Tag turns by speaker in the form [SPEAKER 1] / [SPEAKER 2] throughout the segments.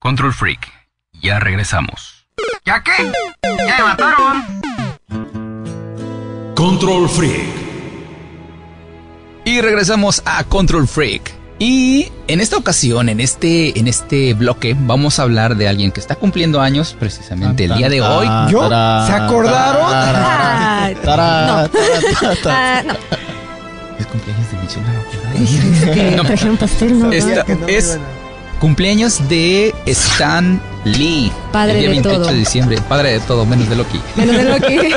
[SPEAKER 1] Control Freak, ya regresamos.
[SPEAKER 2] ¿Ya qué? ¡Ya me mataron!
[SPEAKER 3] Control Freak.
[SPEAKER 1] Y regresamos a Control Freak. Y en esta ocasión, en este, en este bloque, vamos a hablar de alguien que está cumpliendo años precisamente el día de hoy.
[SPEAKER 4] ¿Yo? ¿Se acordaron?
[SPEAKER 5] Ah,
[SPEAKER 6] Tará,
[SPEAKER 5] ah, no.
[SPEAKER 1] Es cumpleaños de Michelle.
[SPEAKER 5] Dijiste que
[SPEAKER 1] No.
[SPEAKER 5] trajeron pastel, ¿no?
[SPEAKER 4] Sabía
[SPEAKER 1] Esta-
[SPEAKER 4] que no me
[SPEAKER 1] es-
[SPEAKER 4] iban a-
[SPEAKER 1] Cumpleaños de Stan Lee.
[SPEAKER 5] Padre
[SPEAKER 1] el día
[SPEAKER 5] de
[SPEAKER 1] 28
[SPEAKER 5] todo.
[SPEAKER 1] de diciembre. Padre de todo, menos de Loki.
[SPEAKER 5] Menos de lo que...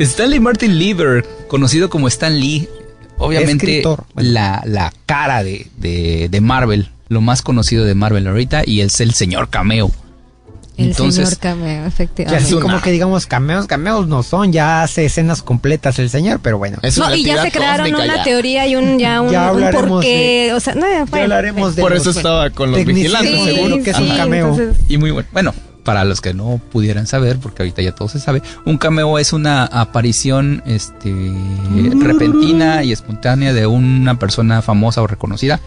[SPEAKER 1] Stanley Martin Lieber, conocido como Stan Lee, obviamente
[SPEAKER 4] Escritor.
[SPEAKER 1] la, la cara de, de- de Marvel, lo más conocido de Marvel ahorita, y es el señor cameo.
[SPEAKER 5] El
[SPEAKER 1] Entonces-
[SPEAKER 5] señor cameo,
[SPEAKER 4] Que así
[SPEAKER 5] efectivamente.
[SPEAKER 1] una-
[SPEAKER 4] como que digamos cameos, cameos no son, ya hace escenas completas el señor, pero bueno.
[SPEAKER 6] Es
[SPEAKER 5] No,
[SPEAKER 6] una
[SPEAKER 5] y ya
[SPEAKER 6] entidad
[SPEAKER 5] se crearon
[SPEAKER 6] cósmica
[SPEAKER 5] una
[SPEAKER 6] ya.
[SPEAKER 5] teoría y un ya un,
[SPEAKER 4] Ya
[SPEAKER 5] un
[SPEAKER 4] hablaremos
[SPEAKER 5] porqué, o sea, no,
[SPEAKER 4] Ya
[SPEAKER 5] bueno.
[SPEAKER 4] hablaremos de
[SPEAKER 6] Por
[SPEAKER 4] los
[SPEAKER 6] eso estaba con los
[SPEAKER 4] tecnicismos,
[SPEAKER 6] vigilantes,
[SPEAKER 5] Sí,
[SPEAKER 6] seguro.
[SPEAKER 4] seguro que es un
[SPEAKER 5] sí,
[SPEAKER 4] cameo.
[SPEAKER 5] entonces-
[SPEAKER 1] Y muy bueno. Bueno, para los que no pudieran saber, porque ahorita ya todo se sabe, un cameo es una aparición este, repentina y espontánea de una persona famosa o reconocida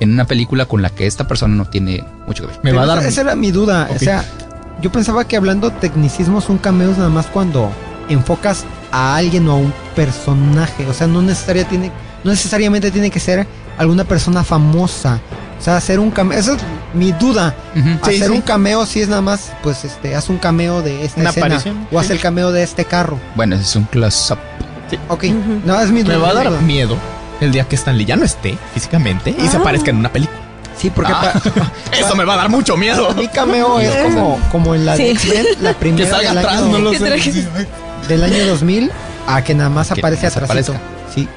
[SPEAKER 1] en una película con la que esta persona no tiene mucho que ver.
[SPEAKER 6] Me va a
[SPEAKER 4] Pero
[SPEAKER 6] dar.
[SPEAKER 4] Esa, esa era mi duda. O sea, yo pensaba que hablando tecnicismos, un cameo es nada más cuando enfocas a alguien o a un personaje. O sea, no, necesaria tiene, no necesariamente tiene que ser alguna persona famosa. O sea, hacer un cameo. Esa es mi duda.
[SPEAKER 1] Ujú.
[SPEAKER 6] Sí,
[SPEAKER 4] hacer
[SPEAKER 6] sí.
[SPEAKER 4] un cameo si es nada más, pues, este, haz un cameo de esta
[SPEAKER 6] Una
[SPEAKER 4] escena.
[SPEAKER 6] aparición,
[SPEAKER 4] O haz
[SPEAKER 6] sí.
[SPEAKER 4] el cameo de este carro.
[SPEAKER 1] Bueno, ese es un close-up.
[SPEAKER 4] Ok.
[SPEAKER 5] Ujú.
[SPEAKER 4] No, es mi duda.
[SPEAKER 6] Me va a
[SPEAKER 4] mi
[SPEAKER 6] dar
[SPEAKER 4] duda.
[SPEAKER 6] miedo el día que Stanley ya no esté físicamente y se
[SPEAKER 5] Ah.
[SPEAKER 6] aparezca en una película.
[SPEAKER 4] Sí, porque
[SPEAKER 6] Ah.
[SPEAKER 4] pa-
[SPEAKER 6] Eso me va a dar mucho miedo.
[SPEAKER 4] mi cameo es como, como en la de
[SPEAKER 5] Sí.
[SPEAKER 4] X-Men, la primera
[SPEAKER 6] Que salga
[SPEAKER 4] del
[SPEAKER 6] atrás,
[SPEAKER 4] año-
[SPEAKER 6] no lo
[SPEAKER 5] ¿Qué
[SPEAKER 6] sé.
[SPEAKER 5] traje?
[SPEAKER 4] del año 2000 a que nada más
[SPEAKER 1] Que
[SPEAKER 4] aparece
[SPEAKER 1] nada más
[SPEAKER 4] atrásito. Sí.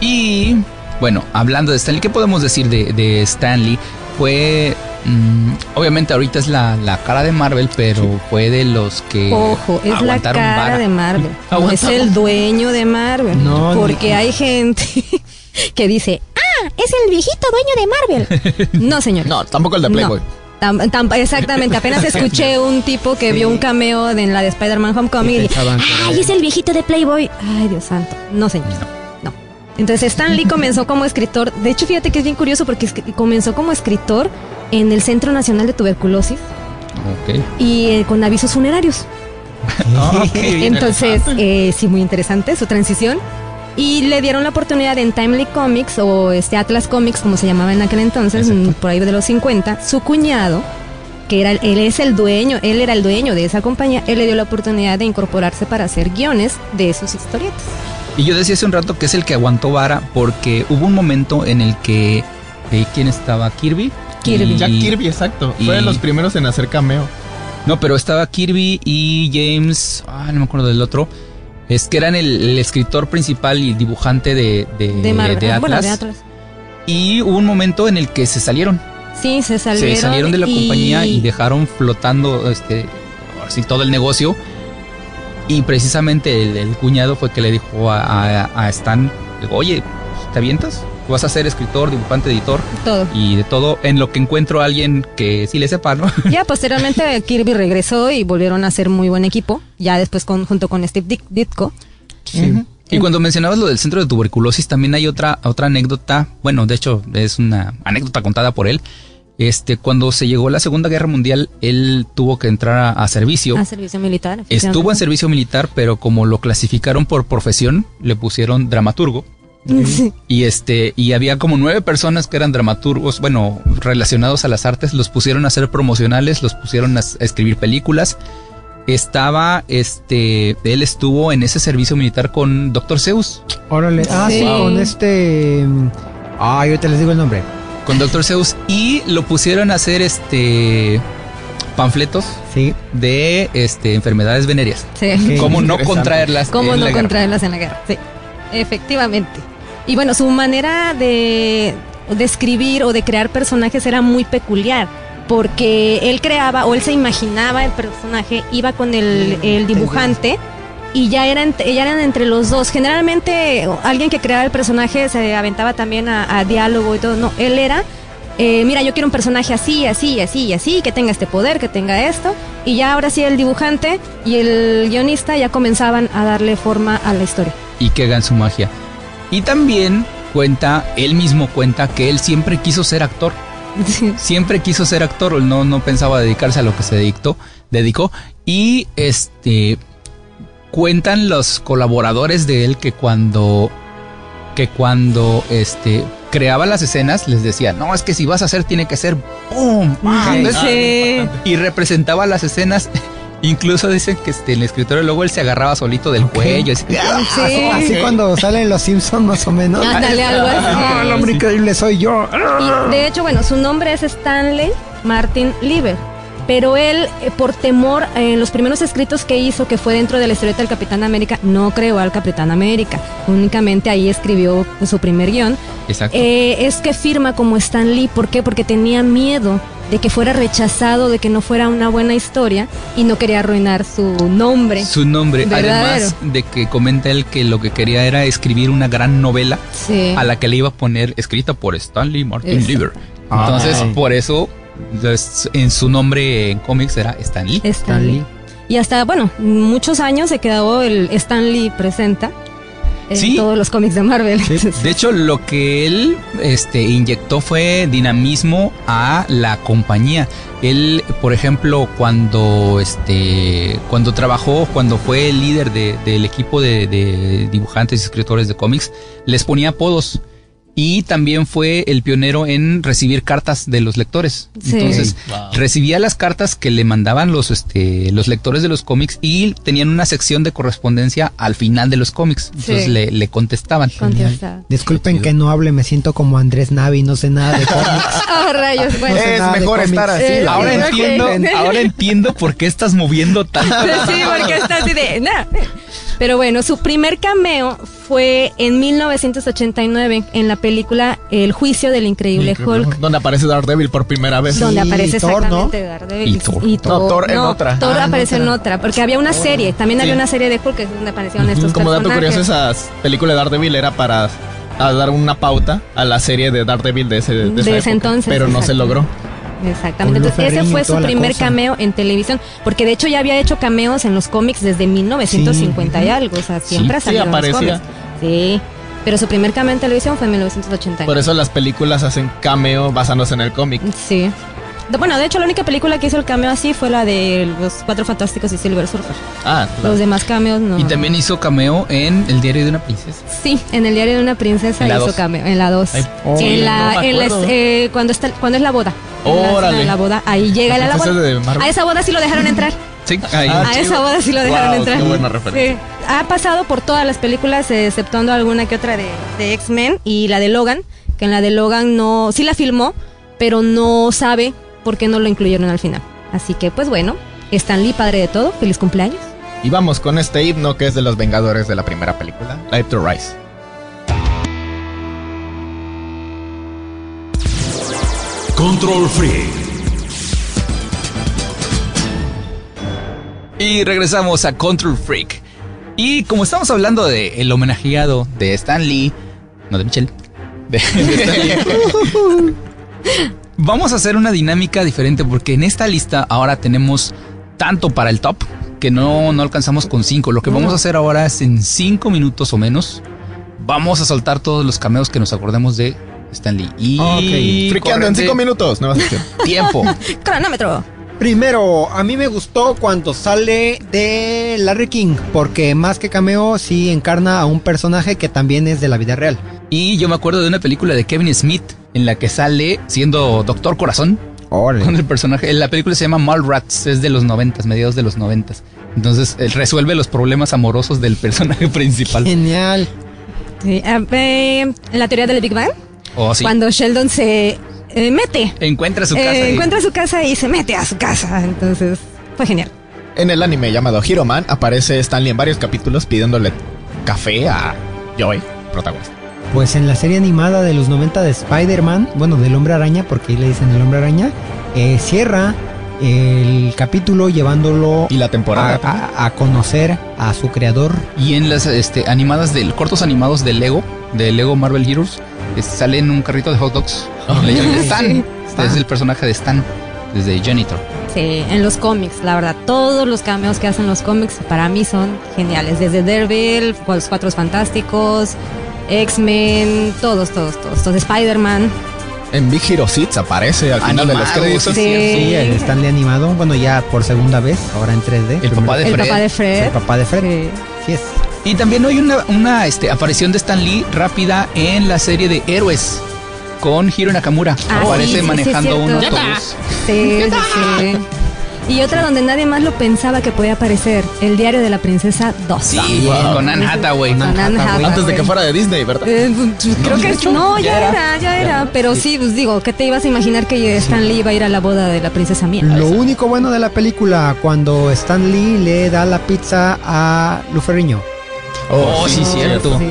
[SPEAKER 1] Y bueno, hablando de Stanley, ¿qué podemos decir de, de Stanley? Fue. mm, obviamente, ahorita es la, la cara de Marvel, pero fue de los que.
[SPEAKER 5] Ojo, es la
[SPEAKER 1] aguantaron
[SPEAKER 5] cara
[SPEAKER 1] vara.
[SPEAKER 5] de Marvel. No es
[SPEAKER 1] Aguantaron.
[SPEAKER 5] el dueño de Marvel.
[SPEAKER 4] No,
[SPEAKER 5] porque
[SPEAKER 4] ni-
[SPEAKER 5] hay gente que dice, ah, es el viejito dueño de Marvel. no, señor.
[SPEAKER 6] No, tampoco el de
[SPEAKER 5] No.
[SPEAKER 6] Playboy.
[SPEAKER 5] Tam- tam- exactamente, apenas escuché un tipo que vio un cameo de- en la de Spider-Man Homecoming y,
[SPEAKER 4] Y
[SPEAKER 5] dijo,
[SPEAKER 4] pensaban que era
[SPEAKER 5] ay,
[SPEAKER 4] él".
[SPEAKER 5] es el viejito de Playboy. Ay, Dios santo. No, señor. No. Entonces Stan Lee comenzó como escritor. De hecho, fíjate que es bien curioso porque es que comenzó como escritor en el Centro Nacional de Tuberculosis
[SPEAKER 1] Ok.
[SPEAKER 5] y eh, con avisos funerarios.
[SPEAKER 6] Ah,
[SPEAKER 5] Entonces, eh, sí, muy interesante su transición. Y le dieron la oportunidad en Timely Comics o este Atlas Comics, como se llamaba en aquel entonces,
[SPEAKER 1] Exacto.
[SPEAKER 5] mm, por ahí de los 50, su cuñado, que era, él es el dueño, él era el dueño de esa compañía, él le dio la oportunidad de incorporarse para hacer guiones de sus historietas.
[SPEAKER 1] Y yo decía hace un rato que es el que aguantó vara porque hubo un momento en el que. eh, ¿Quién estaba? Kirby.
[SPEAKER 5] Kirby.
[SPEAKER 1] Y-
[SPEAKER 6] Jack Kirby, exacto.
[SPEAKER 1] y-
[SPEAKER 6] Fue de los primeros en hacer cameo.
[SPEAKER 1] No, pero estaba Kirby y James. Ah, no me acuerdo del otro. Es que eran el, el escritor principal y dibujante de, de,
[SPEAKER 5] Eh, De Marvel. Ah,
[SPEAKER 1] de Atlas.
[SPEAKER 5] Bueno, de Atlas.
[SPEAKER 1] Y hubo un momento en el que se salieron.
[SPEAKER 5] Sí, se salieron.
[SPEAKER 1] se salieron de la
[SPEAKER 5] y-
[SPEAKER 1] compañía y dejaron flotando este así todo el negocio y precisamente el, el cuñado fue que le dijo a, a- a Stan oye te avientas Tú vas a ser escritor dibujante editor
[SPEAKER 5] Todo.
[SPEAKER 1] y de todo en lo que encuentro a alguien que sí le sepa no
[SPEAKER 5] Ya posteriormente Kirby regresó y volvieron a ser muy buen equipo, ya después con, junto con Steve Dick- Ditko.
[SPEAKER 1] Ujú. Y cuando mencionabas lo del centro de tuberculosis, también hay otra, otra anécdota. Bueno, de hecho, es una anécdota contada por él. Este, cuando se llegó la Segunda Guerra Mundial, él tuvo que entrar a, a servicio.
[SPEAKER 5] A servicio militar.
[SPEAKER 1] Estuvo en
[SPEAKER 5] efectivamente.
[SPEAKER 1] servicio militar, pero como lo clasificaron por profesión, le pusieron dramaturgo.
[SPEAKER 5] Sí.
[SPEAKER 1] Y este, y había como nueve personas que eran dramaturgos, bueno, relacionados a las artes, los pusieron a hacer promocionales, los pusieron a, s- a escribir películas. Estaba, este, él estuvo en ese servicio militar con Doctor Zeus.
[SPEAKER 4] Órale. Ah, sí,
[SPEAKER 5] Sí.
[SPEAKER 4] con este. Ah, yo te les digo el nombre.
[SPEAKER 1] Con Doctor Zeus. Y lo pusieron a hacer este panfletos
[SPEAKER 4] Sí.
[SPEAKER 1] de este enfermedades venéreas.
[SPEAKER 5] Sí.
[SPEAKER 4] Ok.
[SPEAKER 1] Cómo no
[SPEAKER 6] interesante.
[SPEAKER 1] contraerlas.
[SPEAKER 5] ¿Cómo
[SPEAKER 1] en
[SPEAKER 5] no
[SPEAKER 1] la guerra.
[SPEAKER 5] contraerlas en la guerra? Sí, efectivamente. Y bueno, su manera de, de escribir o de crear personajes era muy peculiar. Porque él creaba o él se imaginaba el personaje, iba con el, el dibujante y ya eran, ya eran entre los dos. Generalmente alguien que creaba el personaje se aventaba también a, a diálogo y todo. No, él era, eh, mira, yo quiero un personaje así, así, así, así, que tenga este poder, que tenga esto. Y ya ahora sí el dibujante y el guionista ya comenzaban a darle forma a la historia.
[SPEAKER 1] y que hagan su magia. Y también cuenta, él mismo cuenta que él siempre quiso ser actor. Siempre quiso ser actor, no, no pensaba dedicarse a lo que se dedicó, dedicó. Y este cuentan los colaboradores de él que cuando que cuando este creaba las escenas les decía, "No, es que si vas a hacer tiene que ser pum, pam",
[SPEAKER 5] Sí.
[SPEAKER 1] ¿ves? y representaba las escenas. Incluso dicen que este, el escritorio luego él se agarraba solito del
[SPEAKER 4] Ok.
[SPEAKER 1] cuello. así, "Ah,
[SPEAKER 5] Sí.
[SPEAKER 4] Así cuando salen los Simpsons, más o menos.
[SPEAKER 5] Ándale, algo
[SPEAKER 4] Ah, el
[SPEAKER 5] así.
[SPEAKER 4] hombre increíble soy yo.
[SPEAKER 5] Y, de hecho, bueno, su nombre es Stanley Martin Lieber. Pero él, eh, por temor, eh, en los primeros escritos que hizo, que fue dentro de la historieta del Capitán América, no creó al Capitán América. Únicamente ahí escribió su primer guión.
[SPEAKER 1] Exacto.
[SPEAKER 5] Eh, es que firma como Stan Lee. ¿Por qué? Porque tenía miedo de que fuera rechazado, de que no fuera una buena historia y no quería arruinar su nombre.
[SPEAKER 1] Su nombre,
[SPEAKER 5] Verdadero.
[SPEAKER 1] además de que comenta él que lo que quería era escribir una gran novela
[SPEAKER 5] Sí.
[SPEAKER 1] a la que le iba a poner escrita por Stanley Martin
[SPEAKER 5] Eso.
[SPEAKER 1] Lieber. Entonces,
[SPEAKER 4] Ah.
[SPEAKER 1] por eso es- en su nombre en cómics era Stanley.
[SPEAKER 5] Stan Lee. Y hasta, bueno, muchos años se quedó el Stan Lee presenta en
[SPEAKER 1] Sí.
[SPEAKER 5] todos los cómics de Marvel.
[SPEAKER 1] De hecho, lo que él este, inyectó fue dinamismo a la compañía. Él, por ejemplo, cuando este, cuando trabajó, cuando fue el líder de- del equipo de, de dibujantes y escritores de cómics, les ponía apodos. Y también fue el pionero en recibir cartas de los lectores.
[SPEAKER 5] Sí.
[SPEAKER 1] Entonces,
[SPEAKER 6] Wow.
[SPEAKER 1] recibía las cartas que le mandaban los, este, los lectores de los cómics y tenían una sección de correspondencia al final de los cómics. Entonces
[SPEAKER 5] Sí.
[SPEAKER 1] le, le contestaban.
[SPEAKER 5] Contestado.
[SPEAKER 4] Disculpen que no hable, me siento como Andrés Navi, no sé nada de cómics.
[SPEAKER 5] Ah, rayos, bueno.
[SPEAKER 4] sé
[SPEAKER 6] Es
[SPEAKER 4] nada de
[SPEAKER 6] mejor
[SPEAKER 4] cómics.
[SPEAKER 6] estar así,
[SPEAKER 5] Eh,
[SPEAKER 6] la
[SPEAKER 1] Ahora
[SPEAKER 5] verdad.
[SPEAKER 1] entiendo,
[SPEAKER 5] Ok.
[SPEAKER 1] ahora entiendo por qué estás moviendo tanto.
[SPEAKER 5] Sí, porque está así de. "Nah". Pero bueno, su primer cameo fue en 1989 en la película El juicio del increíble Hulk.
[SPEAKER 6] Donde aparece Daredevil por primera vez.
[SPEAKER 5] Donde
[SPEAKER 4] Sí,
[SPEAKER 5] aparece
[SPEAKER 4] Thor, ¿no?
[SPEAKER 5] exactamente Daredevil.
[SPEAKER 1] Y Thor.
[SPEAKER 6] No, Thor en otra.
[SPEAKER 5] Thor
[SPEAKER 4] Ah, en
[SPEAKER 5] aparece en
[SPEAKER 4] otra.
[SPEAKER 5] otra. Porque había una serie. También había
[SPEAKER 6] Sí.
[SPEAKER 5] una serie de Hulk que es donde aparecieron estos
[SPEAKER 6] Como dato
[SPEAKER 5] personajes.
[SPEAKER 6] curioso, esa película de Daredevil era para a dar una pauta a la serie de Daredevil de ese, de esa
[SPEAKER 5] De ese
[SPEAKER 6] época,
[SPEAKER 5] entonces,
[SPEAKER 6] Pero no se
[SPEAKER 5] exacto.
[SPEAKER 6] logró.
[SPEAKER 5] Exactamente.
[SPEAKER 4] Con Lou
[SPEAKER 5] Entonces, ese
[SPEAKER 4] Ferrigno y
[SPEAKER 5] fue su
[SPEAKER 4] toda la
[SPEAKER 5] primer
[SPEAKER 4] cosa.
[SPEAKER 5] cameo en televisión. Porque de hecho ya había hecho cameos en los cómics desde 1950 y algo. O sea, siempre ha
[SPEAKER 6] Sí,
[SPEAKER 5] salido en los
[SPEAKER 6] aparecía.
[SPEAKER 5] cómics. Sí. Pero su primer cameo en televisión fue en 1989.
[SPEAKER 6] Por eso las películas hacen cameo basándose en el cómic.
[SPEAKER 5] Sí. De- Bueno, de hecho, la única película que hizo el cameo así fue la de Los Cuatro Fantásticos y Silver Surfer.
[SPEAKER 6] Ah, claro.
[SPEAKER 5] Los demás cameos no.
[SPEAKER 1] Y también hizo cameo en El diario de una princesa.
[SPEAKER 5] Sí, en el diario de una princesa
[SPEAKER 1] En la
[SPEAKER 5] hizo
[SPEAKER 1] dos.
[SPEAKER 5] cameo, en la 2.
[SPEAKER 6] Ay, sí,
[SPEAKER 5] en la,
[SPEAKER 6] no me
[SPEAKER 5] en la-
[SPEAKER 6] acuerdo.
[SPEAKER 5] eh, cuando, está, cuando es la boda. En la-
[SPEAKER 6] Órale.
[SPEAKER 5] En la boda, ahí llega él a la
[SPEAKER 6] Entonces,
[SPEAKER 5] boda.
[SPEAKER 6] de Marvel.
[SPEAKER 5] A esa boda sí lo dejaron entrar.
[SPEAKER 1] Sí, ahí.
[SPEAKER 6] Ah,
[SPEAKER 5] a
[SPEAKER 6] chido.
[SPEAKER 5] esa boda sí lo dejaron
[SPEAKER 6] Guau,
[SPEAKER 5] entrar.
[SPEAKER 6] qué buena referencia.
[SPEAKER 5] Sí. Ha pasado por todas las películas, eh, exceptuando alguna que otra de, de X-Men y la de Logan, que en la de Logan no, sí la filmó, pero no sabe por qué no lo incluyeron al final. Así que, pues bueno, Stan Lee, padre de todo, feliz cumpleaños.
[SPEAKER 6] Y vamos con este himno que es de los Vengadores de la primera película, Live to Rise.
[SPEAKER 3] Control Freak.
[SPEAKER 1] Y regresamos a Control Freak. Y como estamos hablando de el homenajeado de Stan Lee, no de Michelle, de- de Stan Lee, vamos a hacer una dinámica diferente porque en esta lista ahora tenemos tanto para el top que no, no alcanzamos con cinco. Lo que vamos a hacer ahora es en cinco minutos o menos, vamos a soltar todos los cameos que nos acordemos de Stan Lee. Y
[SPEAKER 6] Ok. Friqueando en
[SPEAKER 1] córrete,
[SPEAKER 6] 5 minutos. Nueva sección.
[SPEAKER 1] Tiempo.
[SPEAKER 5] Cronómetro.
[SPEAKER 4] Primero, a mí me gustó cuando sale de Larry King, porque más que cameo, sí encarna a un personaje que también es de la vida real.
[SPEAKER 1] Y yo me acuerdo de una película de Kevin Smith en la que sale siendo Doctor Corazón con el personaje. Eh, La película se llama Mallrats, es de los noventas, mediados de los noventas. Entonces él resuelve los problemas amorosos del personaje principal.
[SPEAKER 4] Genial.
[SPEAKER 5] Sí, a ver, la teoría del Big Bang,
[SPEAKER 1] Oh, sí.
[SPEAKER 5] cuando Sheldon se eh, mete,
[SPEAKER 1] Encuentra su
[SPEAKER 5] eh,
[SPEAKER 1] casa. y-
[SPEAKER 5] encuentra su casa y se mete a su casa. Entonces, fue genial.
[SPEAKER 6] En el anime llamado Hero Man aparece Stanley en varios capítulos pidiéndole café a Joy, protagonista.
[SPEAKER 4] Pues en la serie animada de los 90 de Spider-Man, bueno, del hombre araña, porque ahí le dicen el hombre araña, eh, cierra el capítulo llevándolo
[SPEAKER 6] Y la
[SPEAKER 4] a,
[SPEAKER 6] temporada.
[SPEAKER 4] a- a conocer a su creador.
[SPEAKER 1] Y en las este, animadas del cortos animados de Lego, de Lego Marvel Heroes, es- sale en un carrito de hot dogs.
[SPEAKER 5] Ah,
[SPEAKER 1] Le llaman Stan. Este es el personaje de Stan, desde Janitor.
[SPEAKER 5] Sí, en los cómics, la verdad. Todos los cameos que hacen los cómics para mí son geniales. Desde Daredevil, pues, Los Cuatro Fantásticos, X-Men, todos, todos, todos. Entonces, Spider-Man.
[SPEAKER 6] En Big Hero 6 aparece al final de los
[SPEAKER 1] Animado, sí,
[SPEAKER 6] créditos.
[SPEAKER 5] Sí.
[SPEAKER 4] Sí, el Stanley animado, bueno, ya por segunda vez, ahora en 3D.
[SPEAKER 1] El
[SPEAKER 4] Primero-
[SPEAKER 1] papá de
[SPEAKER 5] El
[SPEAKER 1] Fred.
[SPEAKER 5] papá de Fred.
[SPEAKER 4] El papá de Fred. Sí es.
[SPEAKER 1] Y también hay una, una, este, aparición de Stan Lee rápida en la serie de Héroes con Hiro Nakamura.
[SPEAKER 5] Ah, sí,
[SPEAKER 1] Aparece
[SPEAKER 5] sí, sí,
[SPEAKER 1] manejando
[SPEAKER 5] es
[SPEAKER 1] un
[SPEAKER 5] cierto.
[SPEAKER 1] autobús.
[SPEAKER 5] Sí, sí, sí. Y otra donde nadie más lo pensaba que podía aparecer, El diario de la princesa 2.
[SPEAKER 1] Sí,
[SPEAKER 6] Wow.
[SPEAKER 1] con Anne Hathaway.
[SPEAKER 5] Con Anne Hathaway.
[SPEAKER 6] Antes de que fuera de Disney, ¿verdad?
[SPEAKER 5] Eh, pues, creo
[SPEAKER 1] de
[SPEAKER 5] que
[SPEAKER 1] hecho,
[SPEAKER 5] no, ya,
[SPEAKER 1] ya
[SPEAKER 5] era,
[SPEAKER 1] era.
[SPEAKER 5] ya era. Pero sí, pues digo, ¿qué te ibas a imaginar que Stan Lee iba a ir a la boda de la princesa Mia?
[SPEAKER 4] Lo único bueno de la película, cuando Stan Lee le da la pizza a Luferriño.
[SPEAKER 1] Oh, sí, cierto.
[SPEAKER 4] Sí.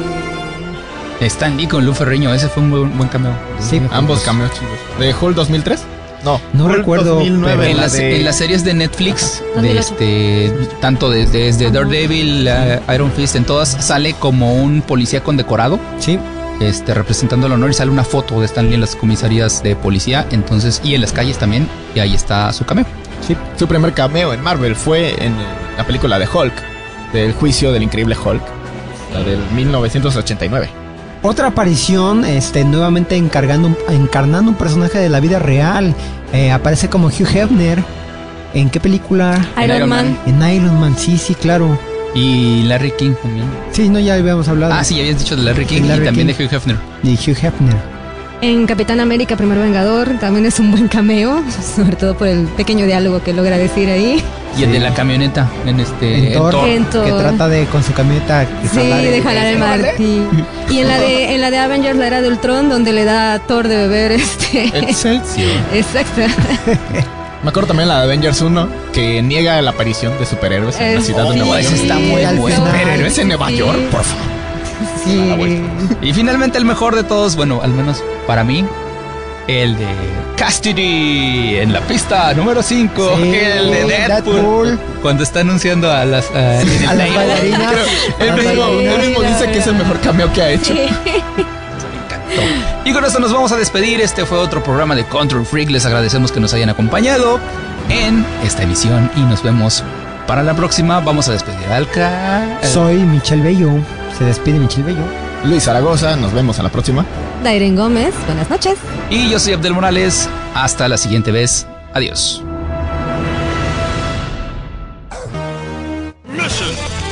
[SPEAKER 1] Stan Lee con Lou Ferriño, ese fue un buen, buen cameo.
[SPEAKER 4] Sí.
[SPEAKER 6] Ambos cameos chicos. ¿De Hulk 2003? No.
[SPEAKER 4] No
[SPEAKER 6] Hulk
[SPEAKER 4] recuerdo,
[SPEAKER 6] 2009,
[SPEAKER 4] pero-
[SPEAKER 1] En
[SPEAKER 6] la
[SPEAKER 1] las,
[SPEAKER 6] de-
[SPEAKER 1] en las series de Netflix, de
[SPEAKER 5] 2008.
[SPEAKER 1] este, tanto de- desde Daredevil, eh, Iron Fist, en todas sale como un policía condecorado,
[SPEAKER 4] Sí.
[SPEAKER 1] este, representando el honor y sale una foto de Stan Lee en las comisarías de policía, entonces, y en las calles también, y ahí está su cameo.
[SPEAKER 6] Su primer cameo en Marvel fue en la película de Hulk, del juicio del increíble Hulk, la del 1989.
[SPEAKER 4] Otra aparición, este, nuevamente encargando, un- encarnando un personaje de la vida real. Eh, aparece como Hugh Hefner. ¿En qué película?
[SPEAKER 5] Iron,
[SPEAKER 1] Iron
[SPEAKER 5] Man.
[SPEAKER 1] Man.
[SPEAKER 4] En Iron Man, sí, sí, claro.
[SPEAKER 1] Y Larry King también.
[SPEAKER 4] Sí, no, ya habíamos hablado.
[SPEAKER 1] Ah, sí, ya habías dicho de Larry King
[SPEAKER 4] Larry
[SPEAKER 1] y también
[SPEAKER 4] King.
[SPEAKER 1] de Hugh Hefner.
[SPEAKER 4] De Hugh Hefner.
[SPEAKER 5] En Capitán América, primer Vengador, también es un buen cameo, sobre todo por el pequeño diálogo que logra decir ahí.
[SPEAKER 1] Y el de la camioneta, en este.
[SPEAKER 4] En Thor,
[SPEAKER 5] En Thor.
[SPEAKER 4] Que trata de, con su camioneta.
[SPEAKER 5] Sí, de jalar el martillo. Y en la de en la de Avengers, la era de Ultron, donde le da a Thor de beber
[SPEAKER 6] Eh.
[SPEAKER 5] este.
[SPEAKER 6] Excelsior.
[SPEAKER 5] Exacto.
[SPEAKER 6] Me acuerdo también la de Avengers 1, que niega la aparición de superhéroes en la
[SPEAKER 5] Es-
[SPEAKER 6] ciudad de
[SPEAKER 5] sí,
[SPEAKER 6] Nueva York.
[SPEAKER 5] ese está
[SPEAKER 1] muy
[SPEAKER 4] al
[SPEAKER 1] bueno.
[SPEAKER 4] final,
[SPEAKER 6] ¿Superhéroes en Nueva
[SPEAKER 5] Sí.
[SPEAKER 6] York? Por favor.
[SPEAKER 1] Ah,
[SPEAKER 4] sí.
[SPEAKER 1] Y finalmente el mejor de todos, bueno, al menos para mí, el de Cassidy en la pista número 5,
[SPEAKER 4] Sí,
[SPEAKER 1] el de Deadpool,
[SPEAKER 4] Deadpool.
[SPEAKER 1] cuando está anunciando a las... a- en el
[SPEAKER 4] A las
[SPEAKER 1] trailer.
[SPEAKER 4] bailarinas.
[SPEAKER 6] Él
[SPEAKER 4] a las
[SPEAKER 6] mismo,
[SPEAKER 4] bailarinas.
[SPEAKER 6] él mismo dice que es el mejor cameo que ha hecho.
[SPEAKER 1] Y con esto nos vamos a despedir, este fue otro programa de Control Freak, les agradecemos que nos hayan acompañado en esta emisión y nos vemos para la próxima, vamos a despedir al... Ca-
[SPEAKER 4] Soy Michelle Bello. Se despide Michelle Bello.
[SPEAKER 6] Luis Zaragoza, nos vemos a la próxima.
[SPEAKER 5] Dairen Gómez, buenas noches.
[SPEAKER 1] Y yo soy Abdel Morales, hasta la siguiente vez, adiós.
[SPEAKER 3] Mission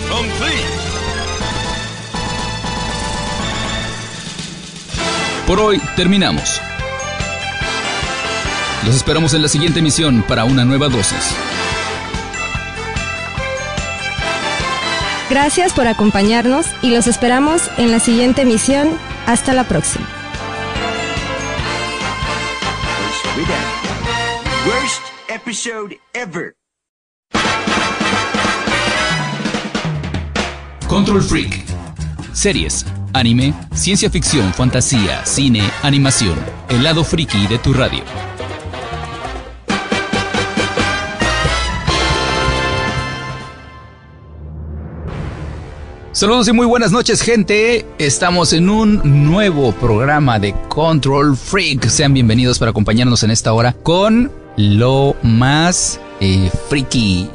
[SPEAKER 3] complete.
[SPEAKER 1] Por hoy terminamos. Los esperamos en la siguiente emisión para una nueva dosis.
[SPEAKER 5] Gracias por acompañarnos y los esperamos en la siguiente emisión. Hasta la próxima.
[SPEAKER 2] Worst episode ever.
[SPEAKER 1] Control Freak. Series, anime, ciencia ficción, fantasía, cine, animación. El lado friki de tu radio. Saludos y muy buenas noches gente, estamos en un nuevo programa de Control Freak. Sean bienvenidos para acompañarnos en esta hora con lo más eh, friki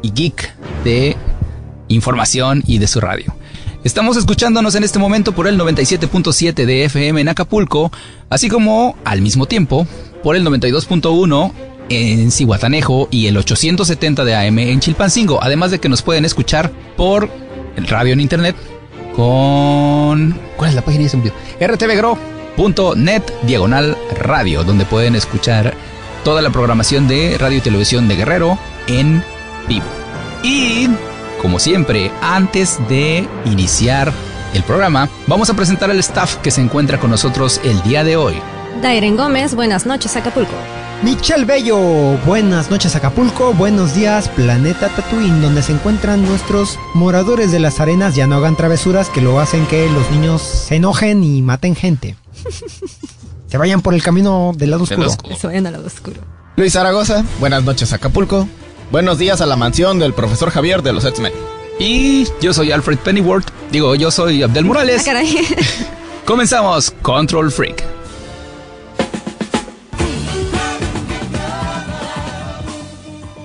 [SPEAKER 1] y geek de información y de su radio. Estamos escuchándonos en este momento por el 97.7 de FM en Acapulco, así como al mismo tiempo por el 92.1 en Cihuatanejo y el 870 de AM en Chilpancingo, además de que nos pueden escuchar por el radio en internet con... ¿Cuál es la página? Ya se me olvidó. rtvgro.net diagonal radio, donde pueden escuchar toda la programación de radio y televisión de Guerrero en vivo. Y, como siempre, antes de iniciar el programa, vamos a presentar al staff que se encuentra con nosotros el día de hoy.
[SPEAKER 5] Dairen Gómez, buenas noches, Acapulco.
[SPEAKER 4] Michelle Bello, buenas noches Acapulco, buenos días Planeta Tatooine, donde se encuentran nuestros moradores de las arenas, ya no hagan travesuras que lo hacen que los niños se enojen y maten gente. se vayan por el camino del lado oscuro.
[SPEAKER 5] Se vayan al lado oscuro.
[SPEAKER 6] Luis Zaragoza, buenas noches Acapulco. Buenos días a la mansión del profesor Javier de los X-Men.
[SPEAKER 1] Y yo soy Alfred Pennyworth, digo, yo soy Abdel
[SPEAKER 5] Ah,
[SPEAKER 1] Morales.
[SPEAKER 5] caray.
[SPEAKER 1] Comenzamos Control Freak.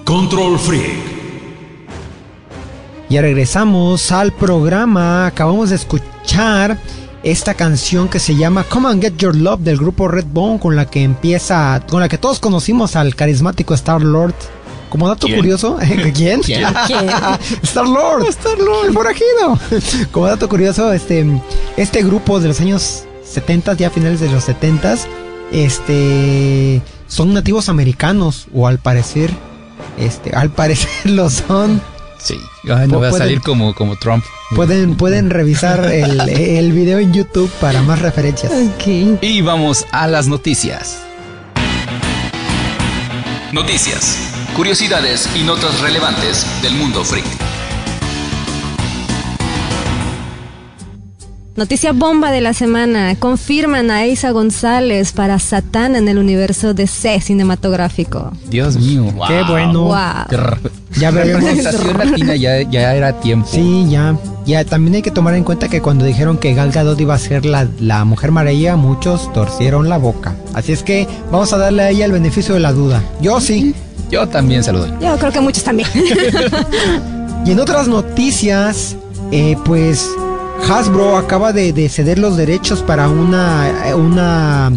[SPEAKER 3] Control Freak.
[SPEAKER 4] Ya regresamos al programa, acabamos de escuchar esta canción que se llama Come and Get Your Love del grupo Redbone con la que empieza, con la que todos conocimos al carismático Star Lord. Como dato
[SPEAKER 6] ¿Quién?
[SPEAKER 4] curioso, ¿quién?
[SPEAKER 6] ¿Quién?
[SPEAKER 4] Star Lord. Star Lord, forajido. Como dato curioso, este, este grupo de los años 70, ya finales de los 70, este, son nativos americanos o al parecer, este, al parecer lo son.
[SPEAKER 1] Sí. Ay, no voy a
[SPEAKER 4] Pueden-
[SPEAKER 1] salir como, como Trump.
[SPEAKER 4] Pueden, pueden revisar el, el video en YouTube para más referencias.
[SPEAKER 5] Ok.
[SPEAKER 1] Y vamos a las noticias. Noticias, curiosidades y notas relevantes del mundo freak.
[SPEAKER 5] Noticia bomba de la semana. Confirman a Isa González para Satán en el universo de C cinematográfico.
[SPEAKER 1] Dios mío.
[SPEAKER 4] Qué bueno.
[SPEAKER 5] Wow.
[SPEAKER 4] Ya veremos.
[SPEAKER 1] Representación latina ya, ya era tiempo.
[SPEAKER 4] Sí, ya. Ya también hay que tomar en cuenta que cuando dijeron que Gal Gadot iba a ser la, la Mujer Maravilla, muchos torcieron la boca. Así es que vamos a darle a ella el beneficio de la duda. Yo sí.
[SPEAKER 1] Yo también se lo doy.
[SPEAKER 5] Yo creo que muchos también.
[SPEAKER 4] Y en otras noticias, eh, pues Hasbro acaba de, de ceder los derechos para una, eh, una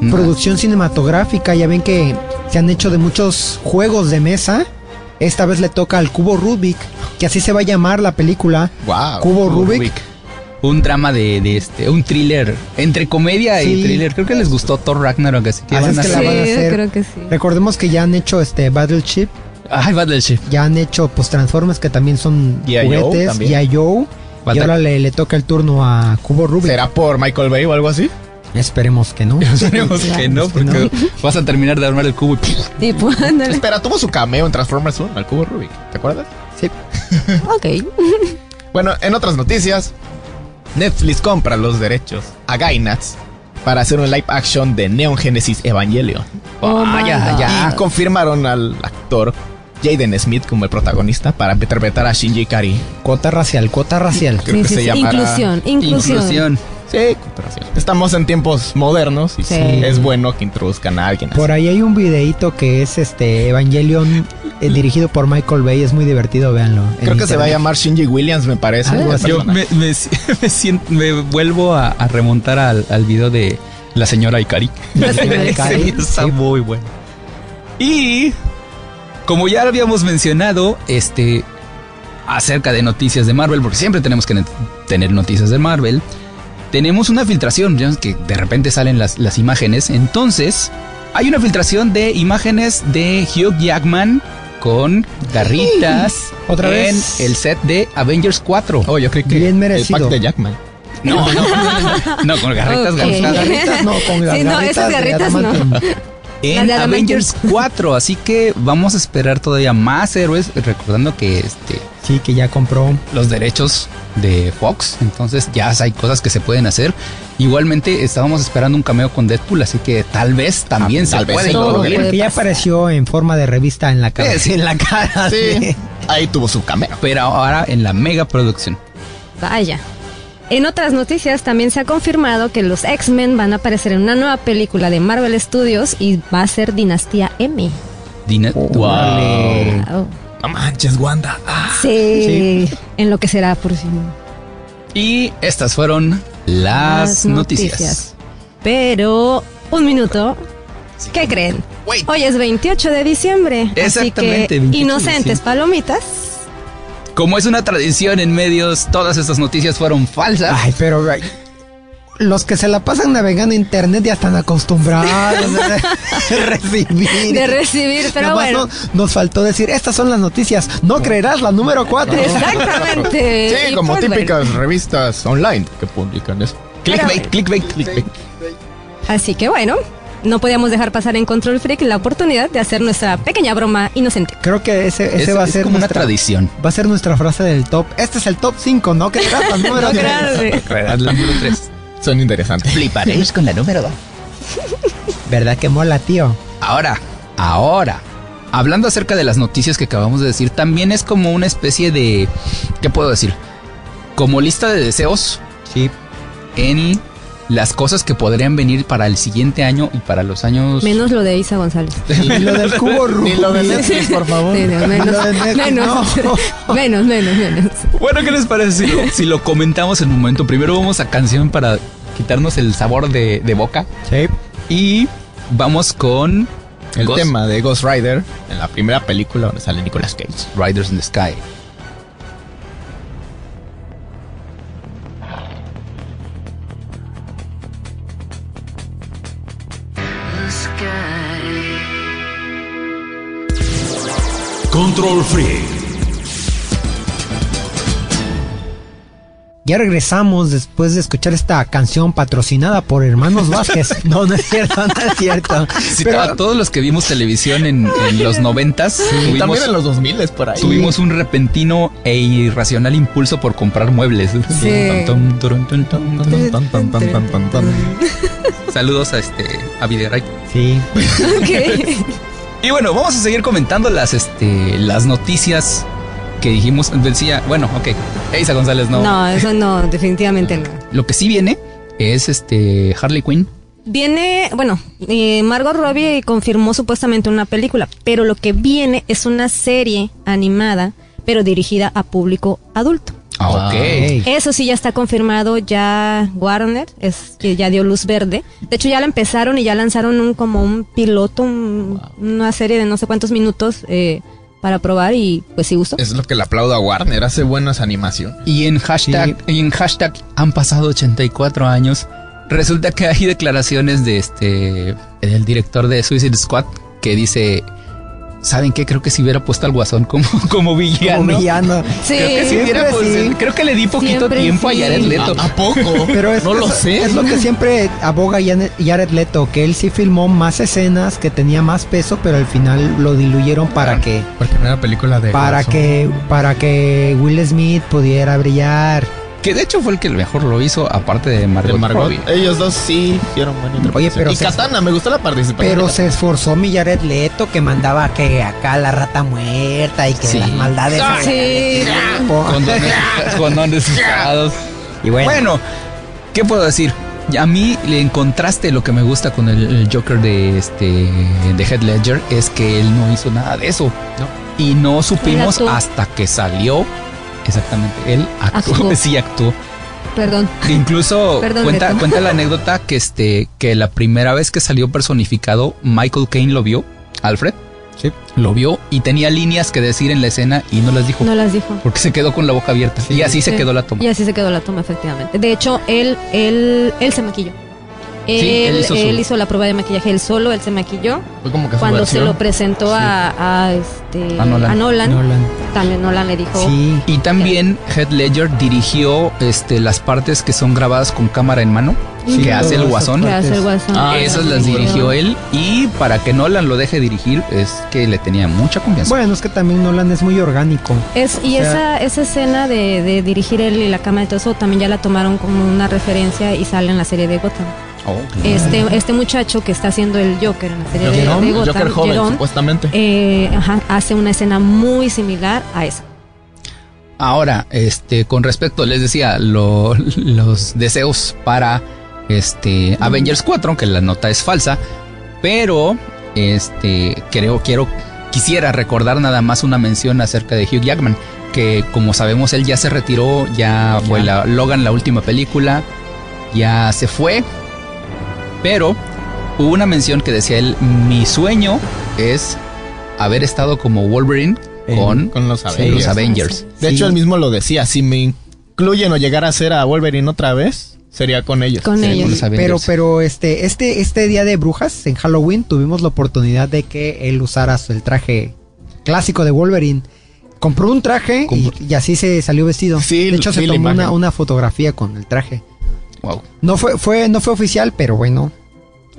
[SPEAKER 1] Una-
[SPEAKER 4] producción cinematográfica. Ya ven que se han hecho de muchos juegos de mesa. Esta vez le toca al cubo Rubik, que así se va a llamar la película.
[SPEAKER 6] Wow.
[SPEAKER 4] Cubo Rubik.
[SPEAKER 1] Un drama de, de este, un thriller. Entre comedia y
[SPEAKER 4] Sí.
[SPEAKER 1] thriller. Creo que les gustó Thor Ragnarok, así que
[SPEAKER 4] Así
[SPEAKER 1] van
[SPEAKER 4] es
[SPEAKER 1] a
[SPEAKER 4] que la
[SPEAKER 1] hacer-
[SPEAKER 4] van a
[SPEAKER 5] Sí,
[SPEAKER 4] hacer.
[SPEAKER 5] creo que sí.
[SPEAKER 4] Recordemos que ya han hecho este Battleship,
[SPEAKER 1] Ay, Battleship.
[SPEAKER 4] ya han hecho pues Transformers que también son
[SPEAKER 6] G.I. Joe
[SPEAKER 4] juguetes,
[SPEAKER 6] también.
[SPEAKER 4] G.I. Joe, y
[SPEAKER 1] Falta-
[SPEAKER 4] ahora le, le toca el turno a Cubo Rubik.
[SPEAKER 6] ¿Será por Michael Bay o algo así?
[SPEAKER 4] Esperemos que no.
[SPEAKER 1] Esperemos que no,
[SPEAKER 4] que no.
[SPEAKER 1] porque vas a terminar de armar el cubo y
[SPEAKER 5] Tipo, ándale.
[SPEAKER 6] Espera, tuvo su cameo en Transformers 1, el cubo Rubik. ¿Te acuerdas?
[SPEAKER 4] Sí.
[SPEAKER 5] Ok.
[SPEAKER 6] Bueno, en otras noticias, Netflix compra los derechos a Gainax para hacer un live action de Neon Genesis Evangelion. Ah,
[SPEAKER 5] Oh my
[SPEAKER 1] Vaya,
[SPEAKER 5] God.
[SPEAKER 1] ya.
[SPEAKER 6] Y confirmaron al actor Jaden Smith como el protagonista para interpretar a Shinji Ikari.
[SPEAKER 4] Cuota racial, cuota racial.
[SPEAKER 6] Creo
[SPEAKER 5] Sí,
[SPEAKER 6] que
[SPEAKER 5] sí,
[SPEAKER 6] se
[SPEAKER 5] sí.
[SPEAKER 6] llamará-
[SPEAKER 5] Inclusión, inclusión.
[SPEAKER 1] Inclusión.
[SPEAKER 6] Sí, comparación. Estamos en tiempos modernos y
[SPEAKER 5] Sí.
[SPEAKER 6] es bueno que introduzcan a alguien. así.
[SPEAKER 4] Por ahí hay un videíto que es este Evangelion eh,
[SPEAKER 1] Mm.
[SPEAKER 4] dirigido por Michael Bay, es muy divertido, véanlo. en
[SPEAKER 6] Creo que se va a
[SPEAKER 4] internet.
[SPEAKER 6] llamar Shinji Williams, me
[SPEAKER 5] Ah,
[SPEAKER 6] parece.
[SPEAKER 4] Algo
[SPEAKER 6] el
[SPEAKER 4] así.
[SPEAKER 1] Yo
[SPEAKER 6] personaje.
[SPEAKER 1] me, me, me siento- me vuelvo a, a remontar al, al video de la señora Ikari.
[SPEAKER 5] La señora
[SPEAKER 1] Ese
[SPEAKER 4] Ikari,
[SPEAKER 1] video está
[SPEAKER 4] sí.
[SPEAKER 1] muy bueno. Y como ya habíamos mencionado, este acerca de noticias de Marvel, porque siempre tenemos que ne- tener noticias de Marvel. Tenemos una filtración, ya ves que de repente salen las, las imágenes. Entonces, hay una filtración de imágenes de Hugh Jackman con garritas
[SPEAKER 4] Otra
[SPEAKER 1] en
[SPEAKER 4] vez.
[SPEAKER 1] el set de Avengers 4.
[SPEAKER 6] Oh, yo creo que
[SPEAKER 4] Bien
[SPEAKER 6] el
[SPEAKER 4] merecido.
[SPEAKER 6] pack de Jackman.
[SPEAKER 1] No, no, no, con garritas
[SPEAKER 5] Ok.
[SPEAKER 1] gastadas.
[SPEAKER 4] Garritas no, con las
[SPEAKER 5] Sí, no, esas
[SPEAKER 4] de
[SPEAKER 5] garritas no.
[SPEAKER 4] adamantium.
[SPEAKER 1] en
[SPEAKER 5] La de
[SPEAKER 1] Avengers
[SPEAKER 5] Adamantium.
[SPEAKER 1] 4. Así que vamos a esperar todavía más héroes, recordando que este,
[SPEAKER 4] Sí, que ya compró.
[SPEAKER 1] los derechos de Fox, entonces ya hay cosas que se pueden hacer. Igualmente estábamos esperando un cameo con Deadpool, así que tal vez también
[SPEAKER 6] Ah,
[SPEAKER 1] se
[SPEAKER 6] tal vez
[SPEAKER 1] puede
[SPEAKER 6] sí.
[SPEAKER 5] Todo
[SPEAKER 1] incluir.
[SPEAKER 5] puede
[SPEAKER 4] Porque ya
[SPEAKER 5] pasar.
[SPEAKER 4] apareció en forma de revista en la cara.
[SPEAKER 1] Sí, en la cara.
[SPEAKER 6] Sí. Ahí tuvo su cameo.
[SPEAKER 1] Pero ahora en la mega producción.
[SPEAKER 5] Vaya. En otras noticias también se ha confirmado que los X-Men van a aparecer en una nueva película de Marvel Studios y va a ser Dinastía M.
[SPEAKER 1] Dina-
[SPEAKER 6] Wow.
[SPEAKER 5] Wow.
[SPEAKER 6] No manches, Wanda. Ah.
[SPEAKER 5] Sí. En lo que será por si.
[SPEAKER 1] Y estas fueron las, noticias.
[SPEAKER 5] Pero, un minuto. ¿Qué creen?
[SPEAKER 1] Wait.
[SPEAKER 5] Hoy es 28 de diciembre.
[SPEAKER 1] Exactamente,
[SPEAKER 5] Así
[SPEAKER 1] 28 de
[SPEAKER 5] que, inocentes
[SPEAKER 1] diciembre.
[SPEAKER 5] palomitas.
[SPEAKER 1] Como es una tradición en medios, todas estas noticias fueron falsas.
[SPEAKER 4] Ay, pero ay, los que se la pasan navegando en internet ya están acostumbrados de recibir.
[SPEAKER 5] De recibir, pero
[SPEAKER 4] Nomás
[SPEAKER 5] bueno.
[SPEAKER 4] no- nos faltó decir, estas son las noticias. No creerás la número 4.
[SPEAKER 5] Exactamente.
[SPEAKER 6] Sí,
[SPEAKER 5] Y
[SPEAKER 6] como
[SPEAKER 5] pues, bueno.
[SPEAKER 6] típicas revistas online que publican eso.
[SPEAKER 1] clickbait, clickbait, clickbait.
[SPEAKER 5] Así que bueno, no podíamos dejar pasar en Control Freak la oportunidad de hacer nuestra pequeña broma inocente.
[SPEAKER 4] Creo que ese, ese
[SPEAKER 1] Es-
[SPEAKER 4] va a
[SPEAKER 1] es
[SPEAKER 4] ser
[SPEAKER 1] como una
[SPEAKER 4] nuestra-
[SPEAKER 1] tradición.
[SPEAKER 4] Va a ser nuestra frase del top. Este es el top 5, no creerás la número
[SPEAKER 5] No
[SPEAKER 4] tres.
[SPEAKER 5] creas,
[SPEAKER 1] la número 3.
[SPEAKER 6] Son interesantes.
[SPEAKER 1] Fliparemos con la número 2.
[SPEAKER 4] ¿Verdad que mola, tío?
[SPEAKER 1] Ahora, ahora. Hablando acerca de las noticias que acabamos de decir, también es como una especie de. ¿Qué puedo decir? Como lista de deseos
[SPEAKER 4] Sí.
[SPEAKER 1] en las cosas que podrían venir para el siguiente año y para los años.
[SPEAKER 5] Menos lo de Isa González.
[SPEAKER 4] Y lo del cubo Rubik.
[SPEAKER 6] Y lo de Netflix, por favor.
[SPEAKER 5] Sí, no, menos,
[SPEAKER 4] Lo de Netflix,
[SPEAKER 5] menos, menos, menos, menos.
[SPEAKER 1] Bueno, ¿qué les parece si lo, si lo comentamos en un momento? Primero vamos a canción para quitarnos el sabor de, de boca
[SPEAKER 4] Sí.
[SPEAKER 1] y vamos con
[SPEAKER 6] El
[SPEAKER 1] Ghost
[SPEAKER 6] tema de Ghost Rider en la primera película donde sale Nicolas Cage.
[SPEAKER 1] Riders in the Sky.
[SPEAKER 3] Control Freak.
[SPEAKER 4] Ya regresamos después de escuchar esta canción patrocinada por Hermanos Vázquez. No, no es cierto, no es cierto.
[SPEAKER 1] Si
[SPEAKER 4] Pero-
[SPEAKER 1] a todos los que vimos televisión en, en los noventas,
[SPEAKER 6] Y
[SPEAKER 1] tuvimos,
[SPEAKER 6] también en los 2000 es por ahí.
[SPEAKER 1] tuvimos un repentino e irracional impulso por comprar muebles.
[SPEAKER 5] Sí.
[SPEAKER 1] Tum, tum, tum, tum, tum, tum, tum, tum, tum, tum, tum, tum.
[SPEAKER 6] Pero
[SPEAKER 1] Saludos a este a Videgaray.
[SPEAKER 4] Sí.
[SPEAKER 5] Ok.
[SPEAKER 1] Y bueno, vamos a seguir comentando las este las noticias que dijimos. Decía, bueno, ok. Eiza González no.
[SPEAKER 5] No. eso no, definitivamente no.
[SPEAKER 1] Lo que sí viene es este Harley Quinn.
[SPEAKER 5] Viene, bueno, eh, Margot Robbie confirmó supuestamente una película, pero lo que viene es una serie animada, pero dirigida a público adulto.
[SPEAKER 1] Ah, ok.
[SPEAKER 5] Eso sí ya está confirmado, ya Warner es que ya dio luz verde. De hecho ya la empezaron y ya lanzaron un como un piloto, un- una serie de no sé cuántos minutos eh, para probar y pues sí gustó.
[SPEAKER 6] Es lo que le aplaudo a Warner, hace buenas animaciones.
[SPEAKER 1] Y en hashtag, y en hashtag han pasado 84 años. Resulta que hay declaraciones de este del director de Suicide Squad que dice. ¿Saben qué? Creo que si hubiera puesto al guasón como, como villano.
[SPEAKER 4] Como villano.
[SPEAKER 5] Sí.
[SPEAKER 1] Creo que, si
[SPEAKER 4] Siempre
[SPEAKER 1] hubiera, pues,
[SPEAKER 4] sí.
[SPEAKER 1] creo que le di poquito
[SPEAKER 5] Siempre
[SPEAKER 1] tiempo
[SPEAKER 5] sí.
[SPEAKER 1] a Jared Leto.
[SPEAKER 6] ¿A, a poco?
[SPEAKER 4] Pero es,
[SPEAKER 6] no lo
[SPEAKER 4] es-
[SPEAKER 6] sé.
[SPEAKER 4] es lo que siempre aboga Janet- Jared Leto, que él sí filmó más escenas, que tenía más peso, pero al final lo diluyeron para que
[SPEAKER 6] Porque no era película de.
[SPEAKER 4] para
[SPEAKER 6] Watson.
[SPEAKER 4] que para que Will Smith pudiera brillar.
[SPEAKER 1] Que de hecho fue el que mejor lo hizo, aparte de Margot,
[SPEAKER 6] De Margot.
[SPEAKER 1] Robbie.
[SPEAKER 6] Ellos dos sí hicieron buena interpretación.
[SPEAKER 4] pero
[SPEAKER 6] Y
[SPEAKER 4] se-
[SPEAKER 6] Katana, me gustó la participación.
[SPEAKER 5] Pues,
[SPEAKER 4] Pero se esforzó mi Jared Leto que mandaba que acá la rata muerta y que
[SPEAKER 1] Sí.
[SPEAKER 4] las maldades.
[SPEAKER 5] Sí.
[SPEAKER 4] Po-
[SPEAKER 1] Condones, condones usados.
[SPEAKER 4] Y bueno,
[SPEAKER 1] Bueno, ¿qué puedo decir? A mí le encontraste lo que me gusta con el, el Joker de este de Head Ledger es que él no hizo nada de eso. Y no supimos
[SPEAKER 5] Él actuó.
[SPEAKER 1] hasta que salió. Exactamente, él actuó,
[SPEAKER 5] Actuó.
[SPEAKER 1] sí actuó.
[SPEAKER 5] Perdón.
[SPEAKER 1] Incluso
[SPEAKER 5] Perdón,
[SPEAKER 1] cuenta,
[SPEAKER 5] Beto.
[SPEAKER 1] cuenta la anécdota que este que la primera vez que salió personificado, Michael Caine lo vio, Alfred.
[SPEAKER 4] Sí.
[SPEAKER 1] Lo vio y tenía líneas que decir en la escena y no las dijo.
[SPEAKER 5] No las dijo.
[SPEAKER 1] Porque se quedó con la boca abierta. y así se
[SPEAKER 5] Sí.
[SPEAKER 1] quedó la toma.
[SPEAKER 5] Y así se quedó la toma, efectivamente. De hecho, él, él, él se maquilló.
[SPEAKER 1] él
[SPEAKER 5] Él, él,
[SPEAKER 1] hizo
[SPEAKER 5] hizo,
[SPEAKER 1] su-
[SPEAKER 5] la prueba de maquillaje él solo, él se maquilló.
[SPEAKER 6] Fue como que su
[SPEAKER 5] Cuando se
[SPEAKER 6] versión.
[SPEAKER 5] lo presentó a, a, este,
[SPEAKER 1] A Nolan.
[SPEAKER 4] Nolan.
[SPEAKER 5] también Nolan le dijo
[SPEAKER 4] Sí.
[SPEAKER 1] Y también Head Ledger dirigió este, las partes que son grabadas con cámara en mano,
[SPEAKER 4] Sí,
[SPEAKER 1] que hace el
[SPEAKER 4] todas
[SPEAKER 1] guasón.
[SPEAKER 5] que hace el guasón.
[SPEAKER 6] Ah,
[SPEAKER 1] Esas
[SPEAKER 6] ya
[SPEAKER 1] las
[SPEAKER 6] me acuerdo.
[SPEAKER 1] dirigió él y para que Nolan lo deje dirigir es que le tenía mucha confianza.
[SPEAKER 4] Bueno, es que también Nolan es muy orgánico.
[SPEAKER 5] Es, y
[SPEAKER 4] O sea-
[SPEAKER 5] esa, esa escena de, de dirigir él y la cámara y todo eso también ya la tomaron como una referencia y sale en la serie de Gotham.
[SPEAKER 1] Oh,
[SPEAKER 5] Este, este muchacho que está haciendo el Joker en la serie de, de
[SPEAKER 6] Jerome,
[SPEAKER 5] Gotham,
[SPEAKER 6] Joker joven,
[SPEAKER 5] Jerome,
[SPEAKER 6] supuestamente.
[SPEAKER 5] eh, ajá, hace una escena muy similar a esa.
[SPEAKER 1] Ahora, este, con respecto, les decía, lo- los deseos para este Avengers 4, aunque la nota es falsa, pero este creo quiero quisiera recordar nada más una mención acerca de Hugh Jackman, que como sabemos él ya se retiró, ya fue la Logan la última película, ya se fue, pero hubo una mención que decía él, mi sueño es haber estado como Wolverine
[SPEAKER 4] En-
[SPEAKER 1] con,
[SPEAKER 6] Con los
[SPEAKER 1] los
[SPEAKER 6] Avengers.
[SPEAKER 1] Avengers.
[SPEAKER 6] De
[SPEAKER 4] Sí.
[SPEAKER 6] hecho, él mismo lo decía. Si me incluyen o llegara a ser a Wolverine otra vez, sería con ellos.
[SPEAKER 5] Con
[SPEAKER 1] Sí,
[SPEAKER 5] ellos.
[SPEAKER 1] con los
[SPEAKER 4] Pero,
[SPEAKER 1] Avengers.
[SPEAKER 4] pero este, este, este día de brujas en Halloween tuvimos la oportunidad de que él usara su- el traje clásico de Wolverine. Compró un traje y,
[SPEAKER 1] Compró-
[SPEAKER 4] y así se salió vestido.
[SPEAKER 6] Sí,
[SPEAKER 4] de hecho,
[SPEAKER 6] sí,
[SPEAKER 4] se
[SPEAKER 6] la
[SPEAKER 4] tomó
[SPEAKER 6] imagen.
[SPEAKER 4] una, una fotografía con el traje.
[SPEAKER 1] Wow.
[SPEAKER 4] No fue, fue, no fue oficial, pero bueno.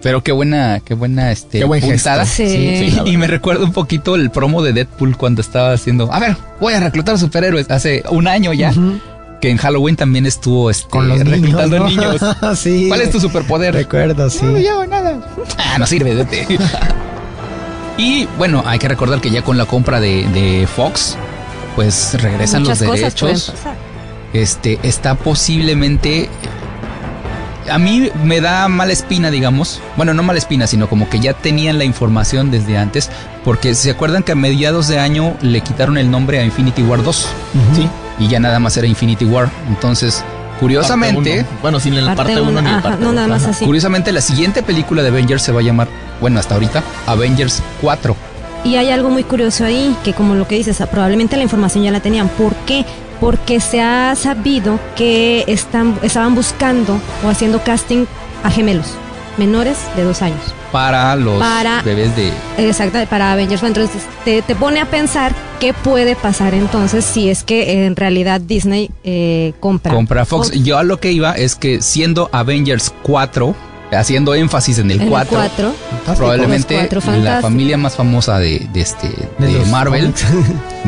[SPEAKER 1] Pero qué buena, qué buena este
[SPEAKER 6] Qué buen
[SPEAKER 1] puntada.
[SPEAKER 6] gesto.
[SPEAKER 5] Sí.
[SPEAKER 6] Sí, sí, la
[SPEAKER 1] Y
[SPEAKER 6] verdad.
[SPEAKER 1] me recuerda un poquito el promo de Deadpool cuando estaba haciendo, a ver, voy a reclutar superhéroes hace un año ya,
[SPEAKER 4] Ujú.
[SPEAKER 1] que en Halloween también estuvo este,
[SPEAKER 4] Con los Eh, niños.
[SPEAKER 1] reclutando
[SPEAKER 4] ¿no?
[SPEAKER 1] niños.
[SPEAKER 4] sí.
[SPEAKER 1] ¿Cuál es tu superpoder?
[SPEAKER 4] Recuerdo, sí.
[SPEAKER 1] llevo nada. Ah, no sirve, vete. y bueno, hay que recordar que ya con la compra de, de Fox, pues regresan
[SPEAKER 5] Muchas
[SPEAKER 1] los
[SPEAKER 5] cosas pueden
[SPEAKER 1] derechos.
[SPEAKER 5] pasar.
[SPEAKER 1] Este está posiblemente este, a mí me da mala espina, digamos. Bueno, no mala espina, sino como que ya tenían la información desde antes. Porque se acuerdan que a mediados de año le quitaron el nombre a Infinity War 2.
[SPEAKER 4] Ujú.
[SPEAKER 1] Sí. Y ya nada más era Infinity War. Entonces, curiosamente,
[SPEAKER 6] Parte uno. Bueno, sin la parte
[SPEAKER 5] Parte
[SPEAKER 6] 1
[SPEAKER 5] uno,
[SPEAKER 6] ni la
[SPEAKER 5] ajá,
[SPEAKER 6] parte
[SPEAKER 5] no,
[SPEAKER 6] dos,
[SPEAKER 5] nada más
[SPEAKER 6] ajá.
[SPEAKER 5] así.
[SPEAKER 1] curiosamente la siguiente película de Avengers se va a llamar, bueno, hasta ahorita, Avengers 4.
[SPEAKER 5] Y hay algo muy curioso ahí, que como lo que dices, ah, probablemente la información ya la tenían. ¿Por qué? Porque se ha sabido que están, estaban buscando o haciendo casting a gemelos menores de dos años.
[SPEAKER 1] Para los
[SPEAKER 5] Para-
[SPEAKER 1] bebés de...
[SPEAKER 5] Exacto, para Avengers. Entonces te, te pone a pensar qué puede pasar entonces si es que en realidad Disney eh, compra.
[SPEAKER 1] Compra Fox. Yo a lo que iba es que siendo Avengers 4, haciendo énfasis en el
[SPEAKER 5] en el
[SPEAKER 1] 4,
[SPEAKER 5] cuatro.
[SPEAKER 4] Fantástico.
[SPEAKER 1] probablemente
[SPEAKER 5] Los cuatro
[SPEAKER 1] la
[SPEAKER 5] fantásticos.
[SPEAKER 1] familia más famosa de, de este, de,
[SPEAKER 4] De los
[SPEAKER 1] Marvel
[SPEAKER 4] cómics.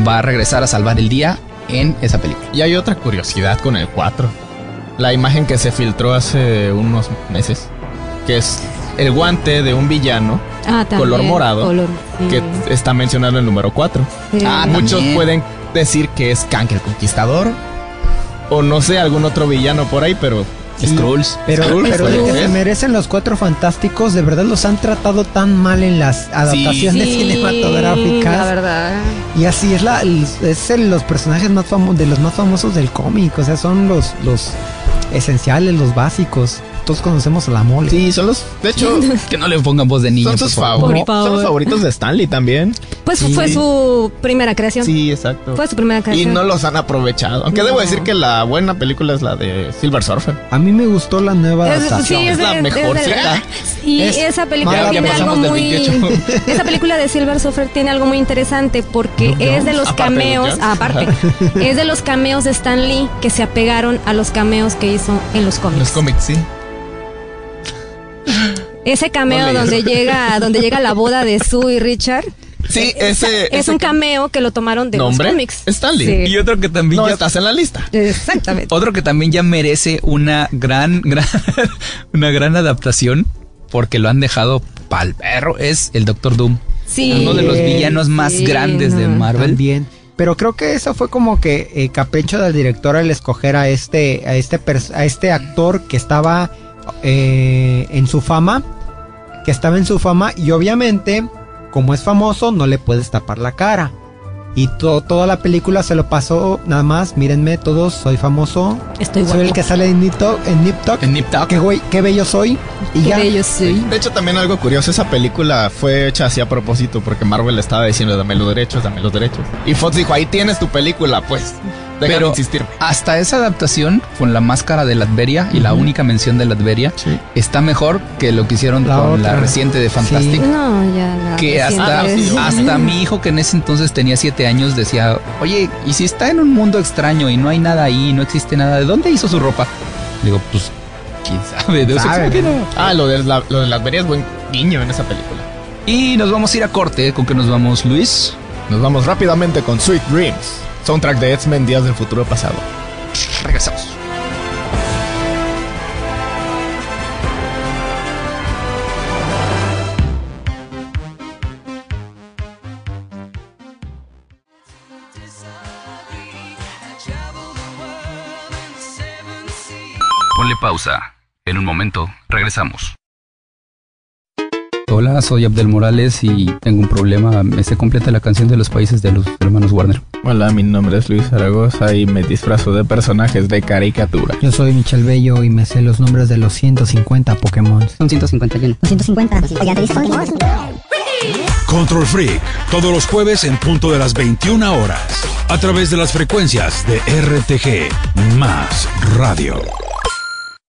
[SPEAKER 1] va a regresar a salvar el día en esa película.
[SPEAKER 6] Y hay otra curiosidad con el 4. La imagen que se filtró hace unos meses, que es el guante de un villano
[SPEAKER 5] Ah, también,
[SPEAKER 6] Color morado.
[SPEAKER 5] color, sí.
[SPEAKER 6] que está mencionado en el número 4.
[SPEAKER 5] Sí.
[SPEAKER 6] Ah, muchos
[SPEAKER 1] también.
[SPEAKER 6] pueden decir que es Kang el Conquistador o no sé, algún otro villano por ahí, pero
[SPEAKER 1] Skrulls.
[SPEAKER 4] Pero,
[SPEAKER 6] Skrull,
[SPEAKER 4] pero
[SPEAKER 6] puede
[SPEAKER 4] el que
[SPEAKER 6] ser.
[SPEAKER 4] se merecen los cuatro fantásticos, de verdad los han tratado tan mal en las adaptaciones
[SPEAKER 5] Sí, La
[SPEAKER 4] cinematográficas.
[SPEAKER 5] verdad.
[SPEAKER 4] Y así es la es el- los personajes más famosos de los más famosos del cómic, o sea, son los los esenciales, los básicos. Todos conocemos a la mole.
[SPEAKER 6] sí, son los de hecho
[SPEAKER 1] Que no le pongan voz de niño.
[SPEAKER 6] son
[SPEAKER 1] por
[SPEAKER 6] sus
[SPEAKER 1] favor.
[SPEAKER 6] favori-
[SPEAKER 5] Por favor.
[SPEAKER 6] son los favoritos de Stanley también.
[SPEAKER 5] Pues
[SPEAKER 6] Sí.
[SPEAKER 5] fue su primera creación.
[SPEAKER 6] Sí, exacto.
[SPEAKER 5] Fue su primera
[SPEAKER 6] Y
[SPEAKER 5] creación.
[SPEAKER 6] no los han aprovechado. Aunque debo
[SPEAKER 5] No.
[SPEAKER 6] decir que la buena película es la de Silver Surfer.
[SPEAKER 4] A mí me gustó la nueva
[SPEAKER 5] Es-
[SPEAKER 4] adaptación.
[SPEAKER 5] sí,
[SPEAKER 6] Es la mejor,
[SPEAKER 5] de-
[SPEAKER 6] ¿sí?
[SPEAKER 5] Y
[SPEAKER 4] Es-
[SPEAKER 5] esa película
[SPEAKER 4] Ya- ya
[SPEAKER 5] tiene algo
[SPEAKER 6] pasamos del
[SPEAKER 5] muy
[SPEAKER 6] 28.
[SPEAKER 5] esa película de Silver Surfer tiene algo muy interesante porque
[SPEAKER 4] Doc
[SPEAKER 5] es
[SPEAKER 4] Jones.
[SPEAKER 5] de los
[SPEAKER 6] Aparte de Doc
[SPEAKER 5] cameos,
[SPEAKER 6] Jones.
[SPEAKER 5] aparte, es de los cameos de Stan Lee que se apegaron a los cameos que hizo en los cómics.
[SPEAKER 6] cómics, sí.
[SPEAKER 5] Ese cameo
[SPEAKER 6] No leí.
[SPEAKER 5] donde llega donde llega la boda de Sue y Richard Eh,
[SPEAKER 6] Sí, ese
[SPEAKER 5] es un cameo que lo tomaron de
[SPEAKER 6] nombre.
[SPEAKER 5] los cómics.
[SPEAKER 6] Stan Lee.
[SPEAKER 5] Sí.
[SPEAKER 1] Y otro que también
[SPEAKER 6] No
[SPEAKER 1] ya-
[SPEAKER 6] estás en la lista.
[SPEAKER 5] Exactamente.
[SPEAKER 1] otro que también ya merece una gran, gran, una gran adaptación porque lo han dejado pal perro es el Doctor Doom.
[SPEAKER 5] Sí. eh,
[SPEAKER 1] Uno Ah, de los villanos más
[SPEAKER 5] Sí,
[SPEAKER 1] grandes de
[SPEAKER 5] no.
[SPEAKER 1] Marvel.
[SPEAKER 4] También. Pero creo que eso fue como que eh, capricho del director al escoger a este, a este, pers- a este actor que estaba eh, en su fama. Que estaba en su fama. Y obviamente, como es famoso, no le puedes tapar la cara. Y to- toda la película se lo pasó nada más. Mírenme todos, soy famoso.
[SPEAKER 5] Estoy guapo.
[SPEAKER 4] Soy el que sale en Nip Tuck. En Nip Tuck.
[SPEAKER 1] En Nip Tuck.
[SPEAKER 4] Qué, güey, qué bello soy. Y ya.
[SPEAKER 5] De ellos, sí.
[SPEAKER 6] De hecho, también algo curioso, esa película fue hecha así a propósito porque Marvel estaba diciendo, dame los derechos, dame los derechos. Y Fox dijo, ahí tienes tu película, pues. Deja de
[SPEAKER 1] Pero
[SPEAKER 6] insistir.
[SPEAKER 1] hasta esa adaptación con la máscara de Latveria y la única mención de Latveria
[SPEAKER 6] Sí.
[SPEAKER 1] está mejor que lo que hicieron
[SPEAKER 4] La
[SPEAKER 1] con la
[SPEAKER 4] otra. Ah,
[SPEAKER 1] reciente de Fantastic.
[SPEAKER 5] No, ya. la
[SPEAKER 1] Que hasta,
[SPEAKER 5] reciente es-
[SPEAKER 1] hasta mi hijo que en ese entonces tenía siete años decía, oye, ¿y si está en un mundo extraño y no hay nada ahí, no existe nada? ¿De dónde hizo su ropa? Digo, pues, quién sabe, de eso
[SPEAKER 4] Sabe,
[SPEAKER 1] creo que
[SPEAKER 4] ¿no?
[SPEAKER 1] no.
[SPEAKER 6] Ah, lo de, la- lo de las verías buen guiño en esa película.
[SPEAKER 1] Y nos vamos a ir a corte, ¿eh? con que nos vamos Luis.
[SPEAKER 6] Nos vamos rápidamente con Sweet Dreams, soundtrack de X-Men Días del Futuro Pasado.
[SPEAKER 1] Regresamos. Ponle pausa. En un momento, regresamos. Hola, soy Abdel Morales y tengo un problema. Me se completa la canción de los países de los hermanos Warner.
[SPEAKER 6] Hola, mi nombre es Luis Zaragoza y me disfrazo de personajes de caricatura.
[SPEAKER 4] Yo soy Michel Bello y me sé los nombres de los 150 Pokémon.
[SPEAKER 7] Son 151.
[SPEAKER 8] 250. Oigan, ¿te viste?
[SPEAKER 3] Control Freak, todos los jueves en punto de las 21 horas, a través de las frecuencias de RTG más radio.